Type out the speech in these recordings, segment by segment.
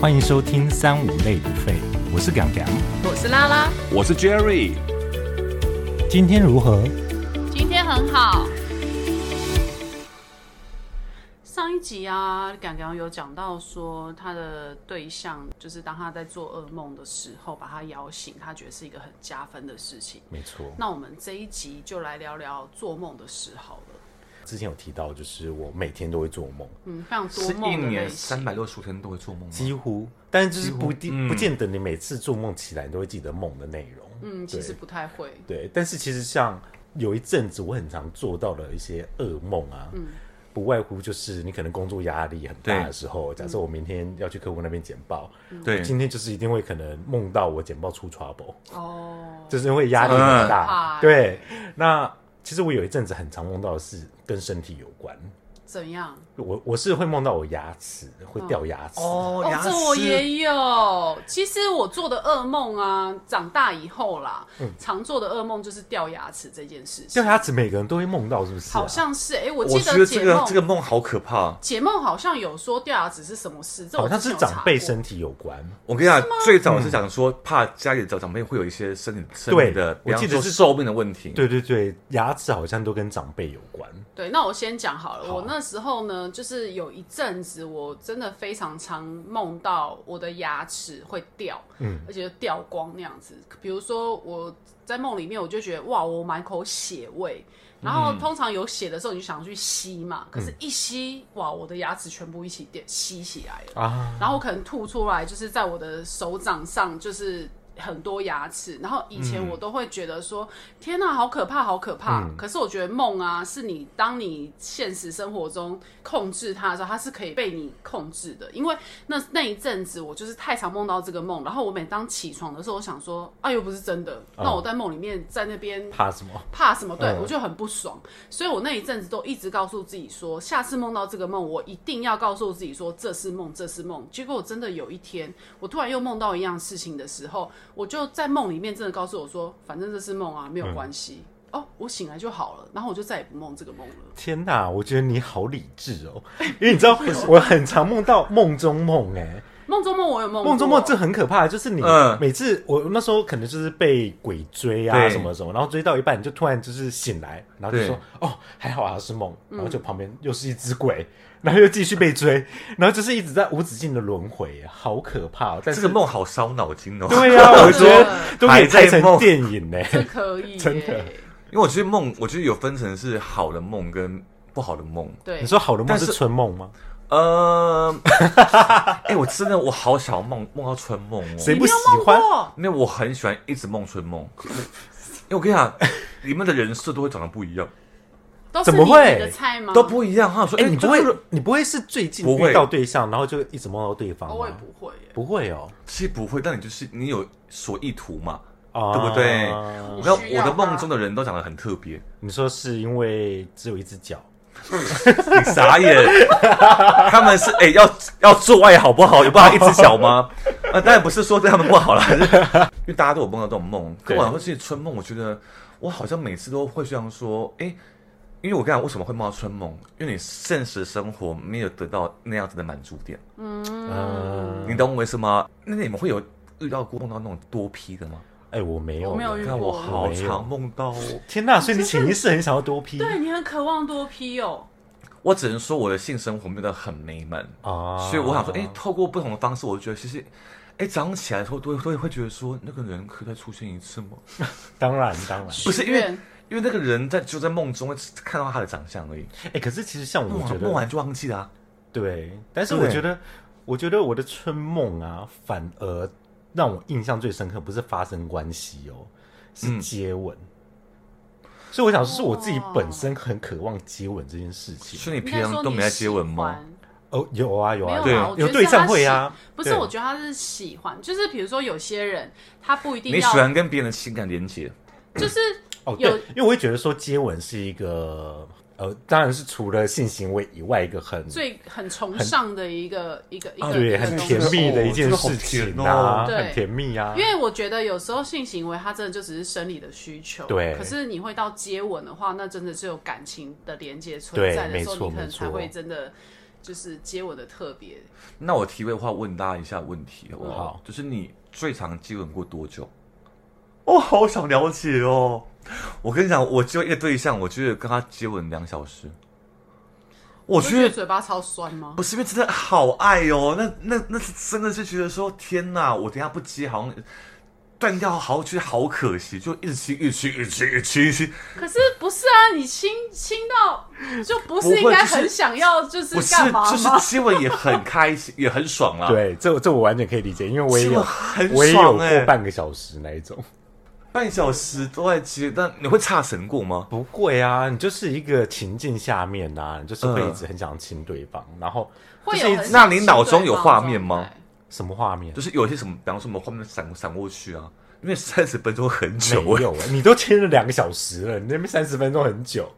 欢迎收听三五类不废，我是 Gang Gang。我是拉拉，我是 Jerry，今天如何？今天很好。上一集啊，刚刚有讲到说他的对象，就是当他在做噩梦的时候，把他摇醒，他觉得是一个很加分的事情。没错，那我们这一集就来聊聊做梦的事好了。之前有提到，就是我每天都会做梦，嗯，非常多是梦一的类年型三。百六十五天都会做梦吗？几乎，但是就是几乎不定、嗯不见得你每次做梦起来你都会记得梦的内容。嗯，其实不太会。对，但是其实像有一阵子，我很常做到的一些噩梦啊，不外乎就是你可能工作压力很大的时候，假设我明天要去客户那边简报，对，今天就是一定会可能梦到我简报出 trouble，哦，就是会压力很大。嗯对，那其实我有一阵子很常梦到的是跟身体有关，怎样？我我是会梦到我牙齿会掉牙齿。哦哦，这我也有。其实我做的噩梦啊，长大以后啦，常做的噩梦就是掉牙齿这件事情嗯掉。牙齿，每个人都会梦到，是不是啊、好像是哎、我我记觉得解这梦个这个梦好可怕。解梦好像有说掉牙齿是什么事，这我好像之是前有查长辈过身体有关，我跟你讲，最早是讲说怕家里的长辈会有一些身体身体的，我比方记得说是寿命的问题。，对对对，牙齿好像都跟长辈有关。对，那我先讲好了。好啊我那时候呢，就是有一阵子，我真的非常常梦到我的牙齿会掉，嗯而且就掉光那样子。比如说我在梦里面，我就觉得哇，我满口血味。然后通常有血的时候，你就想去吸嘛，可是一吸，哇，我的牙齿全部一起掉吸起来了。啊，然后我可能吐出来，就是在我的手掌上，就是很多牙齿。然后以前我都会觉得说，天哪，好可怕，好可怕。可是我觉得梦啊，是你当你现实生活中控制它的时候，它是可以被你控制的。因为那那一阵子，我就是太常梦到这个梦，然后我每当起床的时候，我想说，哎呦，不是真的。那我在梦里面在那边怕什么？怕什么？对、嗯我就很不爽，所以我那一阵子都一直告诉自己说，下次梦到这个梦，我一定要告诉自己说这是梦，这是梦。结果我真的有一天，我突然又梦到一样事情的时候，我就在梦里面真的告诉我说，反正这是梦啊，没有关系。嗯哦，我醒来就好了，然后我就再也不梦这个梦了。天哪，我觉得你好理智哦，因为你知道我很常梦到梦中梦、哎，梦中梦我有梦过，梦中梦这很可怕，就是你嗯每次我那时候可能就是被鬼追啊对什么什么，然后追到一半你就突然就是醒来，然后就对说哦还好啊是梦，然后就旁边又是一只鬼， 然后又继续被追，然后就是一直在无止境的轮回，好可怕、哦。但是这个梦好烧脑筋哦。 对 啊，我觉得都可以拍还在成梦电影呢、这可以、耶真的因为我觉得梦，我觉得有分成是好的梦跟不好的梦。对，你说好的梦但是是春梦吗？呃，哎、我真的我好想要梦梦到春梦哦。谁你不没有喜梦欢过因为我很喜欢一直梦春梦，因为我跟你讲，里面的人设都会长得不一样，都是怎么你会你的菜吗？都不一样。他想说，哎、哎、你这不会个人，你不会是最近不会遇到对象，然后就一直梦到对方哦，吗？我也不会耶。不会哦，其实不会，但你就是你有所意图嘛。啊对不对你我跟需我要的吗梦中的人都长得很特别，你说是因为只有一只脚，你傻眼。 他们是哎、要要做爱好不 好？有办法一只脚吗？呃，当然不是说对他们不好啦， 是因为大家都有梦到这种梦。可对我会去春梦，我觉得我好像每次都会这样说，哎、因为我跟你讲，为什么会梦到春梦？因为你现实生活没有得到那样子的满足点。嗯，你懂我意思吗？那你们会有遇到过梦到那种多批的吗？哎、我没有，我没有遇看我好常梦到哦，天呐，所以你潜意识很想要多批对你很渴望多批哦。我只能说我的性生活没有得很美满，啊所以我想说，哎、透过不同的方式，我就觉得其实，哎、早上起来的时候都会都会会觉得说，那个人可以再出现一次吗？当然当然，不是许因为愿因为那个人在就在梦中会看到他的长相而已，哎、可是其实像梦我觉完得梦完就忘记了、啊。对，但是对我觉得，我觉得我的春梦啊，反而让我印象最深刻，不是发生关系哦，是嗯接吻。所以我想说，是我自己本身很渴望接吻这件事情。所以你应平该说常都没在接吻吗？你喜欢？哦，有啊有啊，没有啊有我觉得对象会啊，不是，对我觉得他是喜欢，就是比如说有些人他不一定你要，喜欢跟别人的情感连接，就是哦对有，因为我会觉得说接吻是一个呃，当然是除了性行为以外一个很最很崇尚的一个一个一个一嗯对个很东西甜蜜的一件哦这个好事情甜啊，哦对很甜蜜啊因。为我觉得有时候性行为它真的就只是生理的需求，对可是你会到接吻的话，那真的是有感情的连接存对在的时候，没错你可能才没错会真的就是接吻的特别。那我题外话问大家一下问题好不好好？就是你最长接吻过多久？我哦好想了解哦。我跟你讲，我只有一个对象，我觉得跟他接吻两小时，我我觉得嘴巴超酸吗？不是因为真的好爱哦，那那那是真的是觉得说天哪，我等一下不接好像断掉，好觉得好可惜，就一直亲，一直亲，一直亲，一直亲，一直亲可是不是啊？你亲亲到就不是应该不会就是很想要就是不是干嘛就是吗？接吻也很开心，也很爽啦。， 对，这我这我完全可以理解，因为我也接吻有很我也有爽哎、过半个小时那一种。半小时都在接，但你会岔神过吗？不会啊，你就是一个情境下面啊，你就是会嗯一直很想亲对方，然后会就是有很那你想亲脑中对有方画的面吗状态？什么画面？就是有一些什么，比方说什么画面闪闪过去啊，因为三十分钟很久没哎、有、欸，你都亲了两个小时了，你那边三十分钟很久，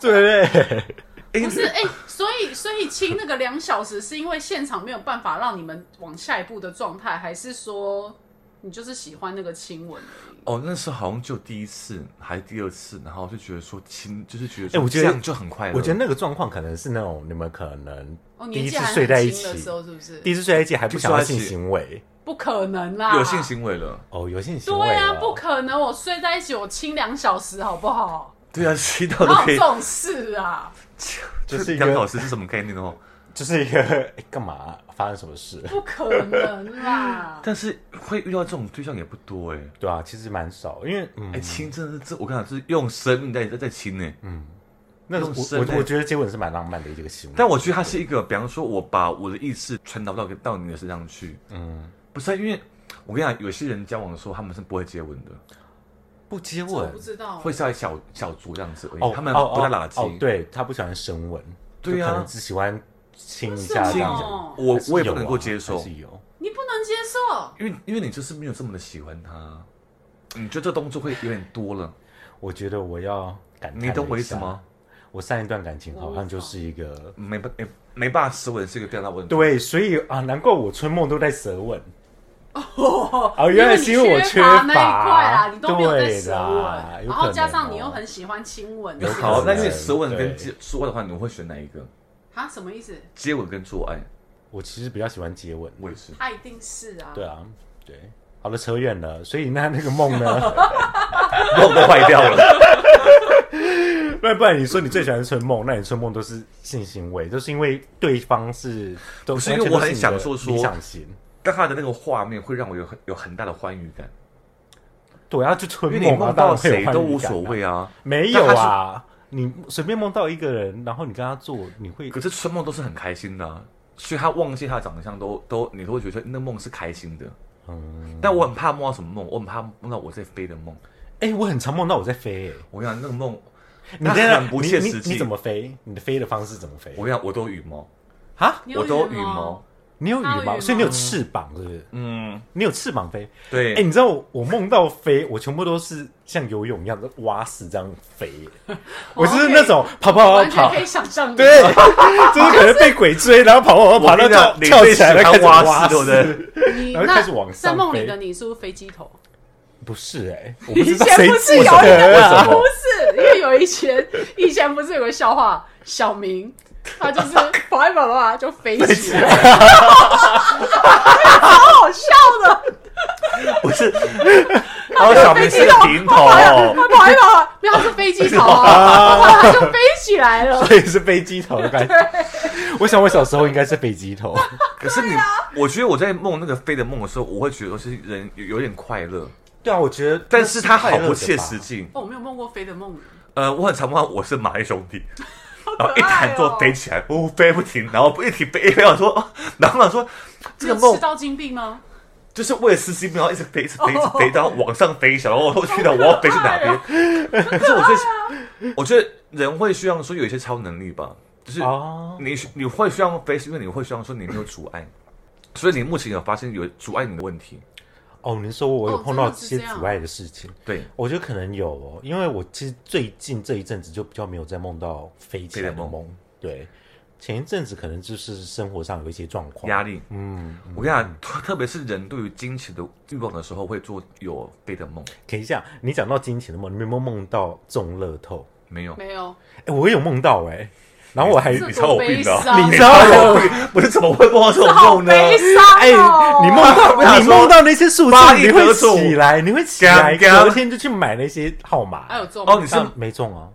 对不对？欸不是哎、所以所以亲那个两小时是因为现场没有办法让你们往下一步的状态，还是说你就是喜欢那个亲吻而已？哦，那时候好像就第一次还是第二次，然后就觉得说亲，就是觉得哎说我觉这得样就很快乐。我觉得那个状况可能是那种你们可能哦，第年一纪次还很睡在一轻的起时，候是不是第？一次睡在一起还不想要性就睡在一起行为不可能啦，有性。行为了。哦，有性行为对啊，哦不可能！我睡在一起，我亲两小时，好不好？对啊，吸到 都哪有可这以，种事啊？就是一两小个时是什么概念哦？就是一个哎干、嘛？发生什么事？ 不可能啦！ 但是会遇到这种对象也不多哎、对啊，其实蛮少，因为嗯，哎、亲真的是这，我跟你讲，就是用生命在在在亲欸呢、那个用我身我来我觉得接吻是蛮浪漫的一个行为，但我觉得它是一个，比方说，我把我的意识传导到到你的身上去，嗯，不是啊、因为我跟你讲，有些人交往的时候他们是不会接吻的，不接这我吻不知道，会稍微小小酌这样子而已，哦，他们哦不太拉近。哦哦对他不喜欢深吻，对啊就可能只喜欢亲一为下什这么样子。我还是我也有不啊能够接受还，是有你不能接受。因为因为你就是没有这么的喜欢他，你觉得这动作会有点多了，我觉得我要感叹，你懂我意思吗？？我上一段感情好像就是一个没办没没办法舌吻是一个最大的问题。对，所以啊，难怪我春梦都在舌吻。哦，因原来你是因为我缺乏那一块啦，你都没有在对舌啦吻，有然可后能加上你哦又很喜欢亲吻，有这个可好，能那你舌吻跟对接做爱的话，你会选哪一个？啊什么意思？接吻跟做爱，我其实比较喜欢接吻。我 也是。他一定是啊，对啊，对。好了，扯远了。所以那那个梦呢？ 梦都坏掉了。那不然你说你最喜欢春梦，那你春梦都是性行为，都是因为对方是都不是完因为全都我很你的享受说理想型。但他的那个画面会让我有很有很大的欢愉感，对啊，就春因为你梦啊，梦当到然会有谁都欢愉无感所谓啊。啊。没但有他是啊，你随便梦到一个人，然后你跟他做，你会可是春梦都是很开心的啊、所以他忘记他的长相都都，你都会觉得那梦是开心的。嗯，但我很怕梦到什么梦，我很怕梦到我在飞的梦。哎、我很常梦到我在飞、欸，我跟你讲，那个梦，你那在很不你切你实你际怎。么飞？你的飞的方式怎么飞我？跟你讲，我都有羽毛，啊，你我有都有羽羽毛。。你有羽它有羽毛，毛所以你有翅膀，是不是？嗯，你有翅膀飞？对。哎、你知道我我梦到飞，我全部都是像游泳一样的蛙式这样飞、欸我就是那种跑跑跑哦完全跑可，以想象你对，就是可能被鬼追，然后跑跑跑跑我跟到跳你讲，你跳最起喜来，然后开欢始蛙蛙式，对不对？你然后那开始往上在梦里飞的你是不是飞机头？ 不是哎、我不以知道前谁不是记有一得个啊不是，因为有以前以前不是有个笑话，小明他就是 跑一跑的话就飞起来， 超好笑的。不是，然后哦小明是个平头 他哦，跑一跑，没有他是飞机头啊，然 后他就飞起来了。所以是飞机头的感觉。我想我小时候应该是飞机 头，可是你，我觉得我在梦那个飞的梦的时候，我会觉得是人有有点快乐，对啊，我觉得，但是他好不切实际。哦，我没有梦过飞的梦，呃，我很常梦到我是马来兄弟，可爱哦然后一弹奏飞起来，呜、飞不停，然后一停飞一飞，我说，哦然后我说这个你有梦吃到金币吗？就是为了吃鸡，然后一直飞，一直飞，一直哦飞，然后往上飞起来，然后我去到我要飞去哪边？ 可是我最，我觉得人会需要说有一些超能力吧，就是哦你你会需要飞，是因为你会需要说你没有阻碍，所以你目前有发现有阻碍你的问题，哦，你说我有哦碰到真的是些这样阻碍的事情，对，我觉得可能有哦，因为我其实最近这一阵子就比较没有再梦到飞起来的飞的梦，对，前一阵子可能就是生活上有一些状况，压力，嗯，我跟你讲，特特别是人对于金钱的欲望的时候，会做有飞的梦，等一下，你讲到金钱的梦，你们有没有梦到中乐透？没有，没有，哎、我也有梦到哎、然后我还这你你超有多病悲的伤啊啊，知道吗？ 我是怎么会梦到这这种好梦呢？悲哎、伤啊 哦！你梦到你梦到那些数字巴，黎你德会中起来，你会起来，刚刚隔天就去买那些号码。还有中哦你是但没中啊？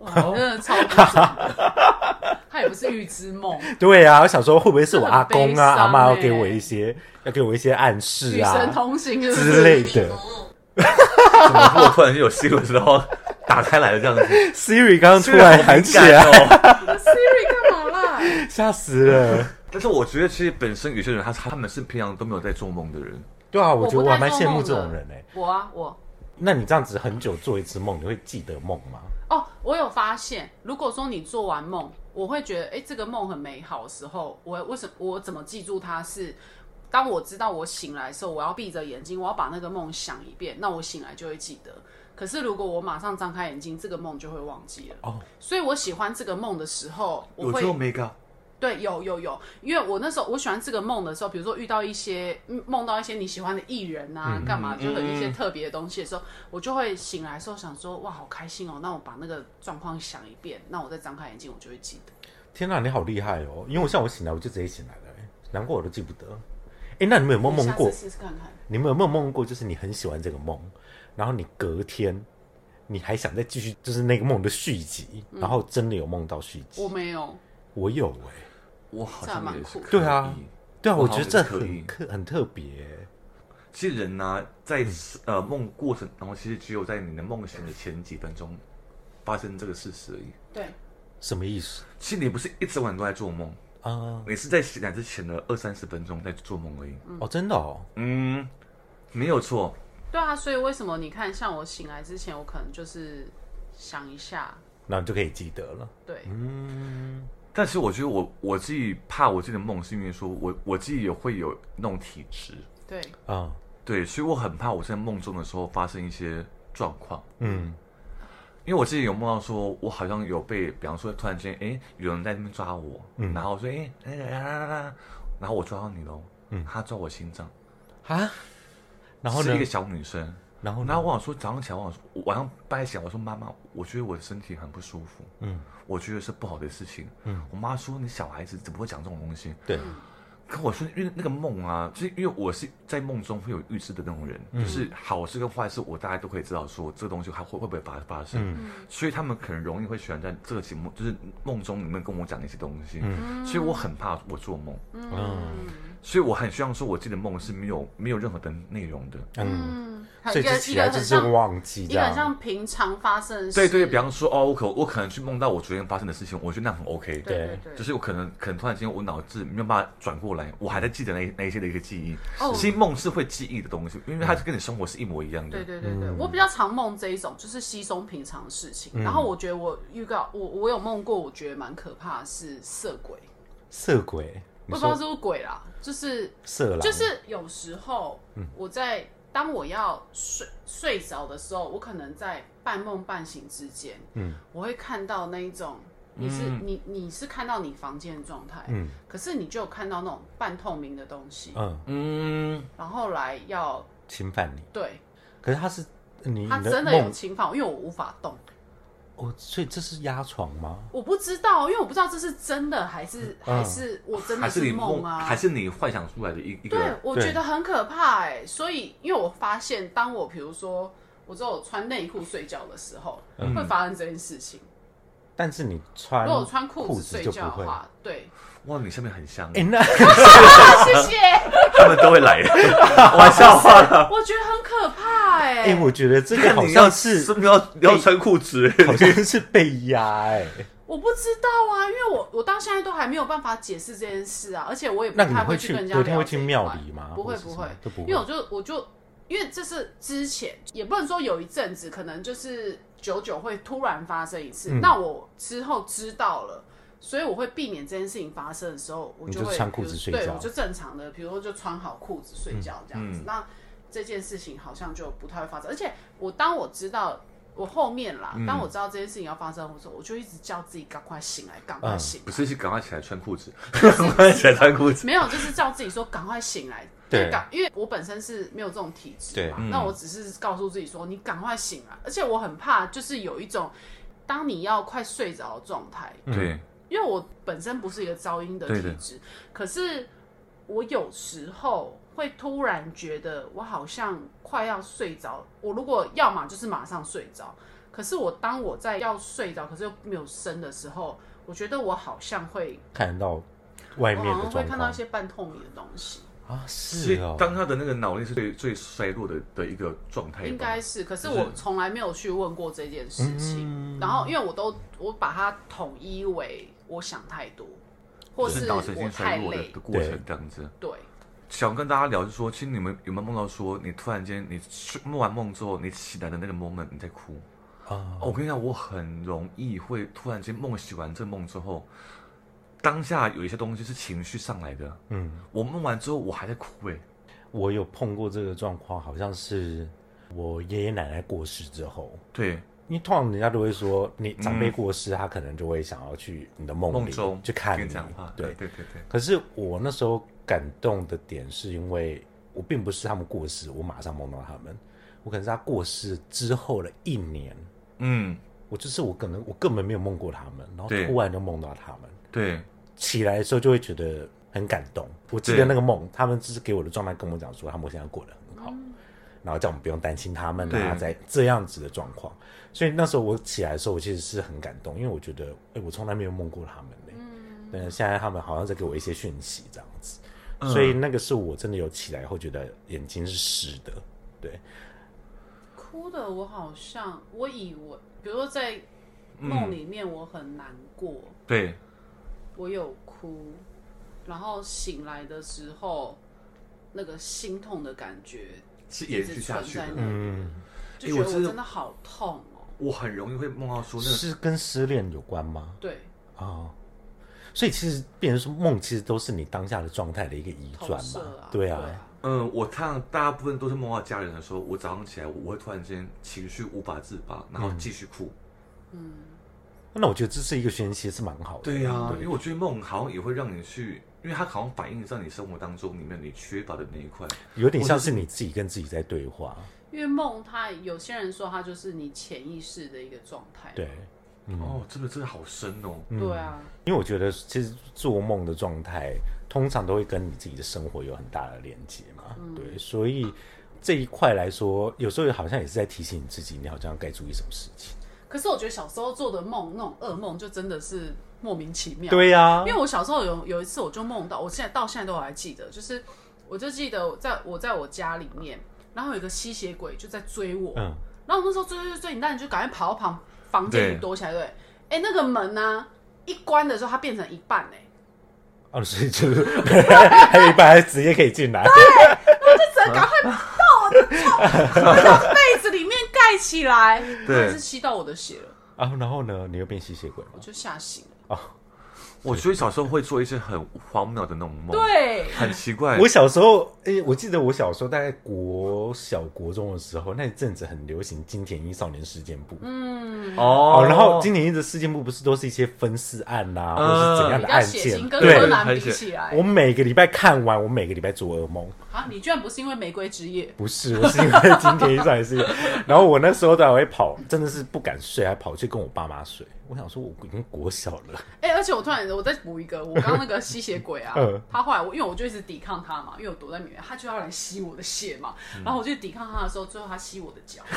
哇真的超悲伤的，他也不是预知 梦，对啊，我想说会不会是我阿公真的啊、很悲伤阿妈要欸给我一些要给我一些暗示与神啊同行是不之是类的。 怎么我突然就有新闻，然后打开来了 这样子， Siri 刚刚突然喊起来，哦。 Siri 干嘛啦？吓死了。但是我觉得其实本身有些人他他们是平常都没有在做梦的人，对啊，我我觉得我不还太蛮做羡慕梦这的种人哎、我啊，我那你这样子很久做一次梦，你会记得梦吗？哦，我有发现，如果说你做完梦，我会觉得，哎、这个梦很美好的时候，我为什么我怎么记住它是？当我知道我醒来的时候，我要闭着眼睛，我要把那个梦想一遍，那我醒来就会记得。可是如果我马上张开眼睛，这个梦就会忘记了。哦，所以我喜欢这个梦的时候，我有会这种 mega 对，有有有，因为我那时候我喜欢这个梦的时候，比如说遇到一些嗯梦到一些你喜欢的艺人嗯啊，干嘛，就有一些特别的东西的时候，我就会醒来的时候想说，哇，好开心哦！那我把那个状况想一遍，那我再张开眼睛，我就会记得。天哪、你好厉害哦！因为我像我醒来，我就直接醒来了、欸，难怪我都记不得。哎、那你们有没有梦下过次？试试看看。你们有没有梦过？就是你很喜欢这个梦，然后你隔天你还想再继续，就是那个梦的续集，然后真的有梦到续集。我没有，我有哎、我好这还像蛮也是酷可以。对啊，对啊，我我好觉得像这是可以很特很特别欸、其实人呢、在呃梦过程当中，其实只有在你的梦醒的前几分钟发生这个事实而已。对，什么意思其实你不是一整晚都在做梦，啊？你是在醒来之前的二三十分钟在做梦而已。哦，真的哦，嗯，没有错。对啊，所以为什么你看，像我醒来之前，我可能就是想一下，那你就可以记得了。对，但是我觉得我我自己怕我自己的梦，是因为说我我自己也会有那种体质，对，啊，对，所以我很怕我在梦中的时候发生一些状况。嗯，因为我之前有梦到说，我好像有被，比方说突然间，哎，有人在那边抓我，嗯然后我说，哎，来来来来来，然后我抓到你喽，他抓我心脏，啊，嗯然后是呢一个？小女生，然后然呢？后我想说早上起来，我想说我晚上半夜醒来，我说妈妈，我觉得我的身体很不舒服，嗯，我觉得是不好的事情，嗯，我妈说你小孩子怎么会讲这种东西？对，可我说，因为那个梦啊，就是因为我是在梦中会有预知的那种人，就是好事跟坏事，我大概都可以知道说这个东西它会会不会发发嗯生，所以他们可能容易会喜欢在这个节目，就是梦中里面跟我讲一些东西，所以我很怕我做梦，嗯所以我很希望说我自己的梦是没有没有任何的内容的，嗯，嗯，所以一个就一起个来很就是像忘记一这个很样。像平常发生的事，对对，比方说哦，我可我可能去梦到我昨天发生的事情，我觉得那很 OK，对对对对，就是我可能可能突然间我脑子没有办法转过来，我还在记得那那一些的一个记忆。哦其实梦是会记忆的东西，因为它是跟你生活是一模一样的对。对对对，嗯我比较常梦这一种，就是稀松平常的事情。然后我觉得我预告，我我有梦过，我觉得蛮可怕的是色鬼，色鬼，我你不知道说是不是鬼啦，就是色狼，就是有时候嗯我在当我要睡睡着的时候，我可能在半梦半醒之间，嗯，我会看到那一种。你是、你你是看到你房间的状态，嗯可是你就有看到那种半透明的东西，嗯，嗯，然后来要侵犯你。对可是他是你他你真的有梦侵犯我，因为我无法动。哦，所以这是压床吗？我不知道，因为我不知道这是真的还是、嗯还是我真还的是你梦啊？还是你幻想出来的一一对个，我对觉得很可怕哎、所以，因为我发现，当我比如说我只有穿内裤睡觉的时候，会发生这件事情。但是你穿如果我穿裤裤子睡就觉的不会。话，对， 哇，你下面很香， 啊哎，那谢谢，他们都会 来，玩笑话了。我觉得很可怕哎、哎，我觉得这个好 你要像是是不是要你要穿裤子？好像是被压哎。我不知道啊，因为我我到现在都还没有办法解释这件事啊，而且我也不那你太会去去跟人家隔天聊会这去一庙块里吗不或会是不什会么都不因为会我就我就因为这是之前也不能说有一阵子，可能就是久久会突然发生一嗯次。那我之后知道了。所以我会避免这件事情发生的时候，我你就会穿比裤如子睡对，觉我就正常的，比如说就穿好裤子睡觉这嗯样子。那这件事情好像就不太会发生。而且我当我知道我后面嗯啦，当我知道这件事情要发生的时候，我就一直叫自己赶快醒来，赶快嗯醒不是，是赶快起来穿裤子， 赶快起来穿裤子。没有，就是叫自己说赶快醒来。对就赶因为我本身是没有这种体质对嗯嘛，那我只是告诉自己说你赶快嗯醒来，而且我很怕，就是有一种当你要快睡着的状态，对，因为我本身不是一个噪音的体对的质，可是我有时候会突然觉得我好像快要睡着。我如果要么就是马上睡着，可是我当我在要睡着，可是又没有声的时候，我觉得我好像会，看到外我面好的像哦会状看到况一些半透明的东西，啊，所以是哦，当他的那个脑力是最最衰弱的的一个状态吧，应该是。可是就是我从来没有去问过这件事情。嗯然后因为我都我把它统一为我想太多，或就是脑神我经太衰弱的累的，过程这样子。对，想跟大家聊，就是说，其实你们有没有梦到说，你突然间你睡梦完梦之后，你起来的那个 moment 你在哭？啊，哦，我跟你讲，我很容易会突然间梦醒完这梦之后，当下有一些东西是情绪上来的。嗯，我梦完之后，我还在哭哎、我有碰过这个状况，好像是我爷爷奶奶过世之后。对，因为通常人家都会说，你长辈过世，他可能就会想要去你的梦梦里中去看跟你你讲话，对，对对对可是我那时候感动的点，是因为我并不是他们过世，我马上梦到他们，我可能是他过世之后的一年，嗯，我就是我可能我根本没有梦过他们，然后对突然就梦到他们，对，起来的时候就会觉得很感动。我记得对那个梦，他们只是给我的状态跟我讲说，他们现在过得很好，然后叫我们不用担心他们啊，对在这样子的状况。所以那时候我起来的时候，我其实是很感动，因为我觉得，哎、我从来没有梦过他们呢、嗯但现在他们好像在给我一些讯息这样子，嗯所以那个是我真的有起来后觉得眼睛是湿的，对，哭的我好像我以为，比如说在梦里面我很难过，嗯对，我有哭，然后醒来的时候那个心痛的感觉是一延直续下存去在的。那里，嗯，就觉得诶我我真的真的好痛哦，我很容易会梦到说那个是跟失恋有关吗？对，哦，所以其实变成说梦，其实都是你当下的状态的一个移投转射嘛，啊，对啊啊，，嗯，我看大部分都是梦到家人的时候，我早上起来我会突然间情绪无法自拔，然后继续哭。那我觉得这是一个宣泄，是蛮好的，对啊呀、因为我觉得梦好像也会让你去，因为它好像反映在你生活当中里面你缺乏的那一块。有点像是你自己跟自己在对话，因为梦它有些人说它就是你潜意识的一个状态，对，哦，这个真的好深哦。对啊，因为我觉得其实做梦的状态通常都会跟你自己的生活有很大的连接嘛，嗯对，所以这一块来说，有时候好像也是在提醒你自己，你好像该注意什么事情，可是我觉得小时候做的梦，那种噩梦，就真的是莫名其妙。、对呀、啊因为我小时候有有一次，我就梦到，我现在到现在都还记得，就是我就记得我在我在我家里面，然后有一个吸血鬼就在追我，嗯，然后我那时候追追追，你那你就赶快跑到旁房间里对躲起来，对不对。哎、那个门呢、一关的时候它变成一半哎、哦，所以就是 还有一半还直接可以 进来，被子里面盖起来，对还是吸到我的血了，啊，然后呢，你又变吸血鬼我了，就吓醒了。我觉得小时候会做一些很荒谬的那种梦，，对，很奇怪我。小时候，诶、我记得我小时候大概国小国中的时候，那一阵子很流行金田一少年事件簿。嗯哦哦，然后金田一的事件簿不是都是一些分尸案呐、嗯或者是怎样比的较案血件腥，？跟对柯，南比很血起来我每个礼拜看完，我每个礼拜做噩梦。啊，你居然不是因为玫瑰之夜。不是，我是因为金田一少年事件。 然后我那时候都还会跑，真的是不敢睡，还跑去跟我爸妈睡。我想说，我已经国小了，哎、而且我突然我再补一个，我刚刚那个吸血鬼啊嗯，他后来我因为我就一直抵抗他嘛，因为我躲在里面，他就要来吸我的血嘛，嗯然后我就抵抗他的时候，最后他吸我的脚，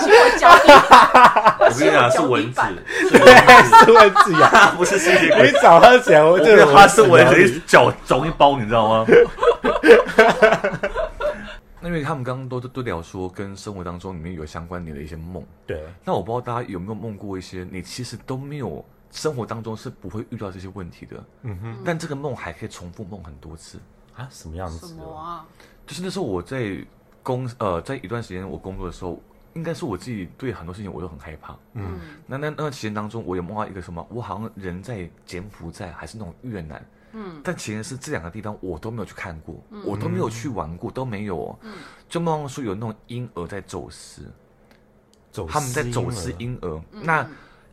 吸我脚底板， 我跟你讲，吸是我脚蚊底 子板，是对，蚊子是会自养。它 不是吸血我一鬼。早上起来，我我就跟你有讲它是蚊死 子，了一脚肿一包，你知道吗？ 那因为他们刚刚都都聊说跟生活当中里面有相关联的一些梦，对，那我不知道大家有没有梦过一些你其实都没有生活当中是不会遇到这些问题的，嗯哼，但这个梦还可以重复梦很多次。啊，什么样什子？么啊？就是那时候我在工呃，在一段时间我工作的时候，应该是我自己对很多事情我都很害怕。嗯，那那那段时间当中，我有梦到一个什么，我好像人在柬埔寨还是那种越南，嗯，但其实是这两个地方我都没有去看过，我都没有去玩过，都没有、哦，嗯就梦到说有那种婴儿在走私，走他们在走私音。婴儿，嗯那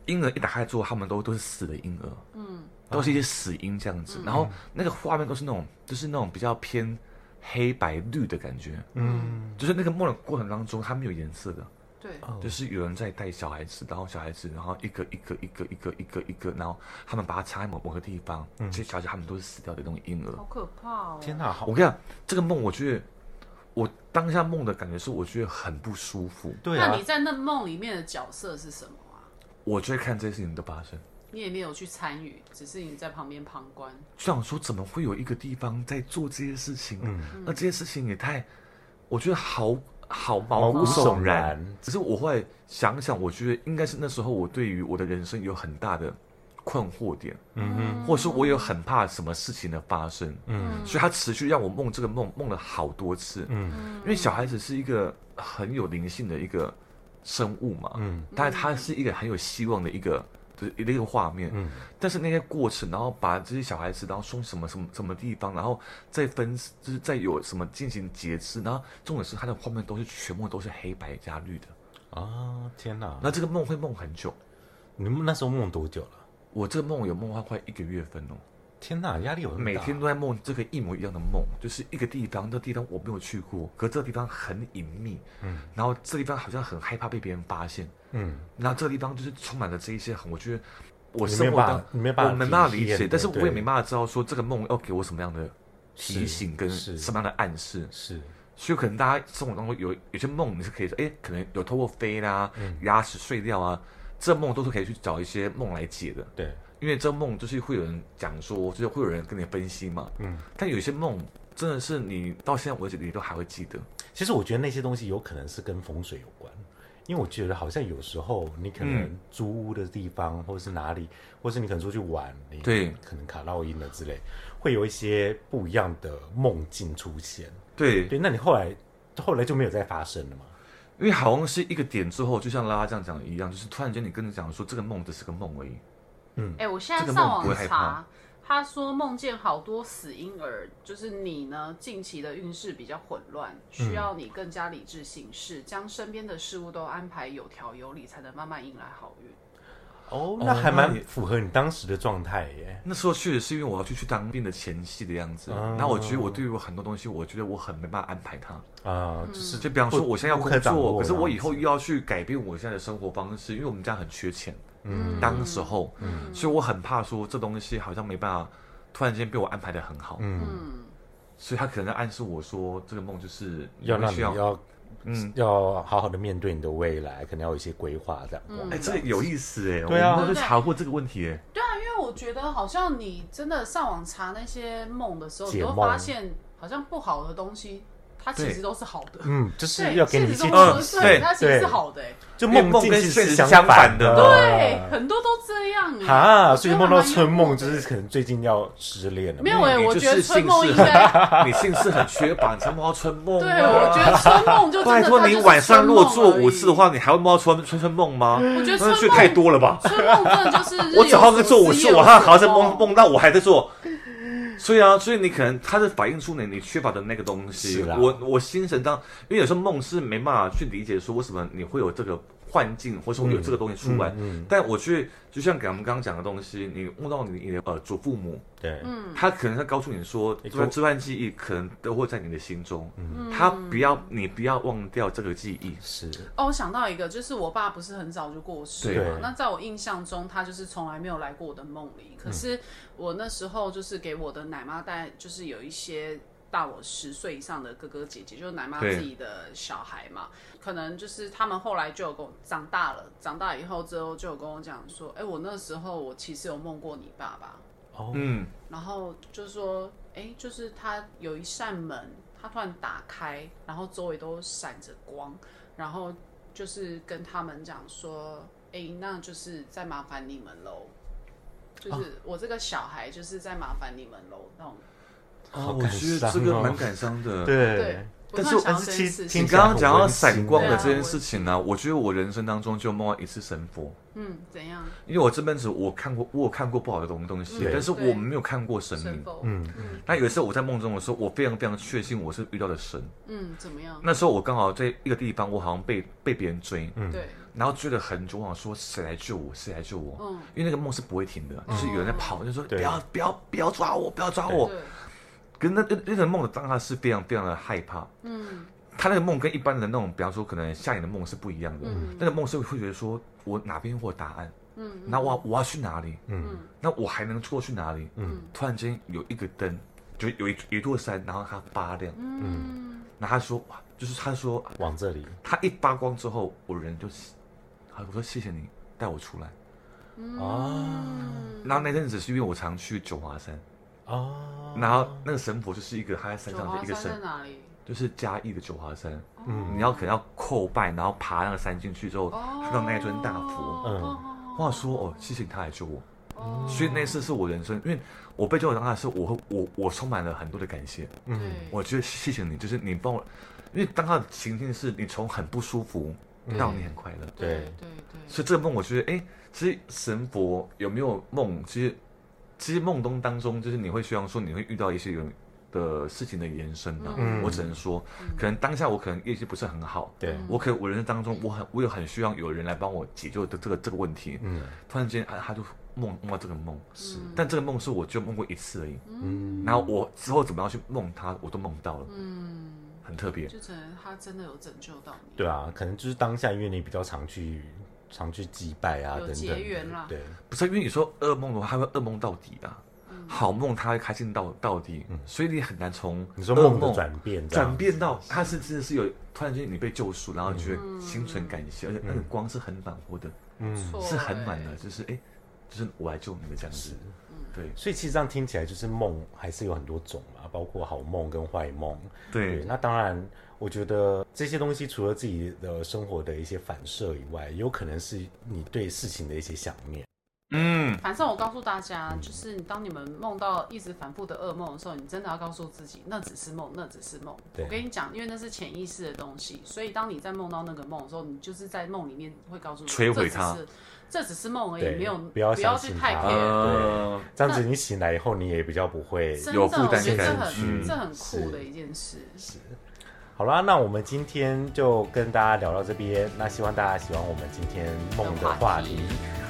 婴儿一打开之后，他们都都是死的婴儿，嗯，都是一些死婴这样子，然后那个画面都是那种，就是那种比较偏黑白绿的感觉，嗯，就是那个梦的过程当中，它没有颜色的，对，就是有人在带小孩子，然后小孩子，然后一个一个一个一个一个一个，然后他们把它插在某某个地方，这些小孩他们都是死掉的那种婴儿好。可怕哦！天哪，好我跟你讲，这个梦，我觉得我当下梦的感觉是，我觉得很不舒服。对那啊你，在那梦里面的角色是什么啊？我就会看这些事情的发生，你也没有去参与，只是你在旁边旁观。就想说怎么会有一个地方在做这些事情？啊嗯那这些事情也太，我觉得好好毛毛骨骨悚悚然然。只是我后来想想，我觉得应该是那时候我对于我的人生有很大的困惑点。嗯哼，或者是我有很怕什么事情的发生，嗯所以他持续让我梦这个梦，梦了好多次，嗯因为小孩子是一个很有灵性的一个生物嘛，嗯，但他是一个很有希望的一个。就是一个画面，嗯但是那些过程，然后把这些小孩子，然后送什么什么什么地方，然后再分，就是再有什么进行截肢，然后重点是他的画面都是全部都是黑白加绿的，啊，天哪，那这个梦会梦很久，你们那时候梦多久了？我这个梦有梦到快一个月份哦，天哪，压力有那么每大天都在梦这个一模一样的梦，就是一个地方，这地方我没有去过，可这地方很隐秘，嗯，然后这地方好像很害怕被别人发现，嗯，然后这地方就是充满了这一些很，我觉得我你生没活办当法你没办法我没办法体理验解，的但是我对也没办法知道说这个梦要给我什么样的提是醒跟是什么样的暗示，是所以可能大家生活当中有有些梦你是可以说，哎，可能有透过飞啦、嗯牙齿碎掉啊，这梦都是可以去找一些梦来解的，对，因为这梦就是会有人讲说，就是会有人跟你分析嘛。嗯，但有些梦真的是你到现在为止你都还会记得。其实我觉得那些东西有可能是跟风水有关，因为我觉得好像有时候你可嗯能租屋的地方，或者是哪里，或是你可能出去玩，你对可能卡烙音了之类，会有一些不一样的梦境出现。对，对，那你后来后来就没有再发生了嘛？因为好像是一个点之后，就像拉拉这样讲的一样，就是突然间你跟你讲说这个梦只是个梦而已。哎、我现在这个上梦网不会害查怕，他说梦见好多死婴儿，就是你呢近期的运势比较混乱，嗯需要你更加理智行事，将身边的事物都安排有条有理，才能慢慢迎来好运。哦，那还那蛮你符合你当时的状态耶。那时候确实是因为我要去去当兵的前夕的样子，嗯那、我觉得我对于我很多东西，我觉得我很没办法安排它。啊、就是就比方说不我现在要不工可掌作，握啊可是我以后这样又要去改变我现在的生活方式，因为我们家很缺钱。嗯，当时候，嗯所以我很怕说这东西好像没办法，突然间被我安排的很好。嗯，嗯，所以他可能在暗示我说，这个梦就是要让你们你需要，要嗯，要好好的面对你的未来，可能要有一些规划这样。嗯哎、这个有意思哎、对啊我们查过这个问题哎、对啊，因为我觉得好像你真的上网查那些梦的时候，你解都梦发现好像不好的东西，它其对实都是好的。嗯，就是对，要给你一现实些中嗯的提示对，对它其实是对好的、欸。就因为梦梦境跟其实现是实相相反反的对，很多都这样欸啊，我所觉以得梦还到蛮幽春默梦的就是可能最近要失恋了。没有哎、你我就觉得是春姓梦氏应该， 你性事很缺乏，你才梦到春梦、对 啊。我觉得春梦就真的拜托你晚上如果做五次的，话，你还会梦到春春春梦吗？它嗯就是春梦而已我觉得春那梦是太。多了吧？春梦真的就是日有我早上在做所五思次，夜有晚上还要所在梦梦梦到我还在做。所以啊，所以你可能它是反映出你你缺乏的那个东西。是啦我我心神当，因为有时候梦是没办法去理解说为什么你会有这个幻境，或者说有嗯这个东西出来。但我去，就像给我们刚刚讲的东西，你梦到你你的呃祖父母，对，嗯他可能在告诉你说，这个段这段记忆可能都会在你的心中，嗯他不要你不要忘掉这个记忆。是哦，我想到一个，就是我爸不是很早就过世对嘛？那在我印象中，他就是从来没有来过我的梦里。可是我那时候就是给我的奶妈带，就是有一些大我十岁以上的哥哥姐姐，就是奶妈对自己的小孩嘛，可能就是他们后来就有跟我长大了，长大以后之后就有跟我讲说，哎、我那时候我其实有梦过你爸爸，哦，嗯，然后就说，哎、就是他有一扇门，他突然打开，然后周围都闪着光，然后就是跟他们讲说，哎、那就是再麻烦你们喽，就是啊我这个小孩就是在麻烦你们喽那种。好我感觉得伤这个哦蛮感伤的。对对，我但突是然但想到我是这件其事实情听，你起刚来刚讲到很温闪馨光的对啊这件事情呢、我觉得我人生当中就梦到一次神佛，嗯，怎样？因为我这辈子我看过我有看过不好的东东西对，但是我没有看过神神明。否？嗯那有一次我在梦中的时候，我非常非常确信我是遇到了神。嗯，怎么样？那时候我刚好在一个地方，我好像被被别人追，对，然后追了很久，我想说谁来救我，谁来救我？嗯因为那个梦是不会停的，就是有人在跑，就说不对要不要不要抓我，不要抓我。对，可是那那那个梦的当下是非常非常的害怕，嗯他那个梦跟一般的那种，比方说可能吓你的梦是不一样的。那个梦是会觉得说，我哪边会有答案？嗯，那我我要去哪里？嗯，那我还能过去哪里？嗯，突然间有一个灯，就有一有一座山，然后它发亮。嗯，然后他说哇，就是他说往这里，他一发光之后，我人就，好，我说谢谢你带我出来。哦然嗯啊后那阵子是因为我常去九华山，哦，然后那个神婆就是一个他在山九上的华一个山神在，哪里？就是嘉义的九华山。嗯，你要可能要叩拜，然后爬那个山进去之后，哦，看到那一尊大佛。嗯哦话说哦，谢谢他来救我。所以那次是我人生，因为我被救的当下是我会我我充满了很多的感谢，嗯，我觉得谢谢你，就是你帮我，因为当下的情境是你从很不舒服到你很快乐，对对对对，所以这个梦我觉得，哎、其实神佛有没有梦，其实其实梦中当中，就是你会希望说你会遇到一些有的事情的延伸啊，嗯我只能说，可能当下我可能业绩不是很好，对，我可我人生当中，我很我有很需要有人来帮我解救的这个这个问题。嗯突然间，他啊他就梦梦到这个梦，是但这个梦是我就梦过一次而已。嗯然后我之后怎么样去梦它，我都梦到了，嗯，很特别。就只能他真的有拯救到你，对啊，可能就是当下因为你比较常去常去祭拜啊有等等的，结缘啦对，不是因为你说噩梦的话，它会噩梦到底啊。好梦它会开心到到底，所以你很难从你说噩梦的转变这样，转变到它是真的是有突然间你被救赎，然后觉得心存感谢，而且那个光是很暖和的，嗯错是很满的，欸就是哎、就是我来救你的这样子。嗯对所以其实这样听起来就是梦还是有很多种嘛，包括好梦跟坏梦。对，对，那当然，我觉得这些东西除了自己的生活的一些反射以外，也有可能是你对事情的一些想念。嗯，反正我告诉大家，就是当你们梦到一直反复的噩梦的时候，你真的要告诉自己，那只是梦，那只是梦。对我跟你讲，因为那是潜意识的东西，所以当你在梦到那个梦的时候，你就是在梦里面会告诉自己摧毁它，这只是这只是梦而已对，没有不要相去信太它 care。呃这样子你醒来以后，你也比较不会。真的有负担我觉得感这很嗯这很酷是的一件事。好啦，那我们今天就跟大家聊到这边。那希望大家喜欢我们今天梦的话题的话。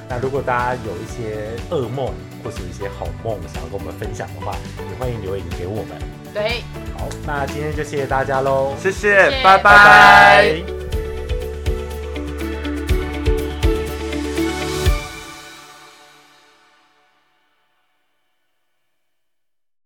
那如果大家有一些噩梦或是有一些好梦想要跟我们分享的话，也欢迎留言给我们。对。好，那今天就谢谢大家喽，谢谢，谢拜拜拜拜拜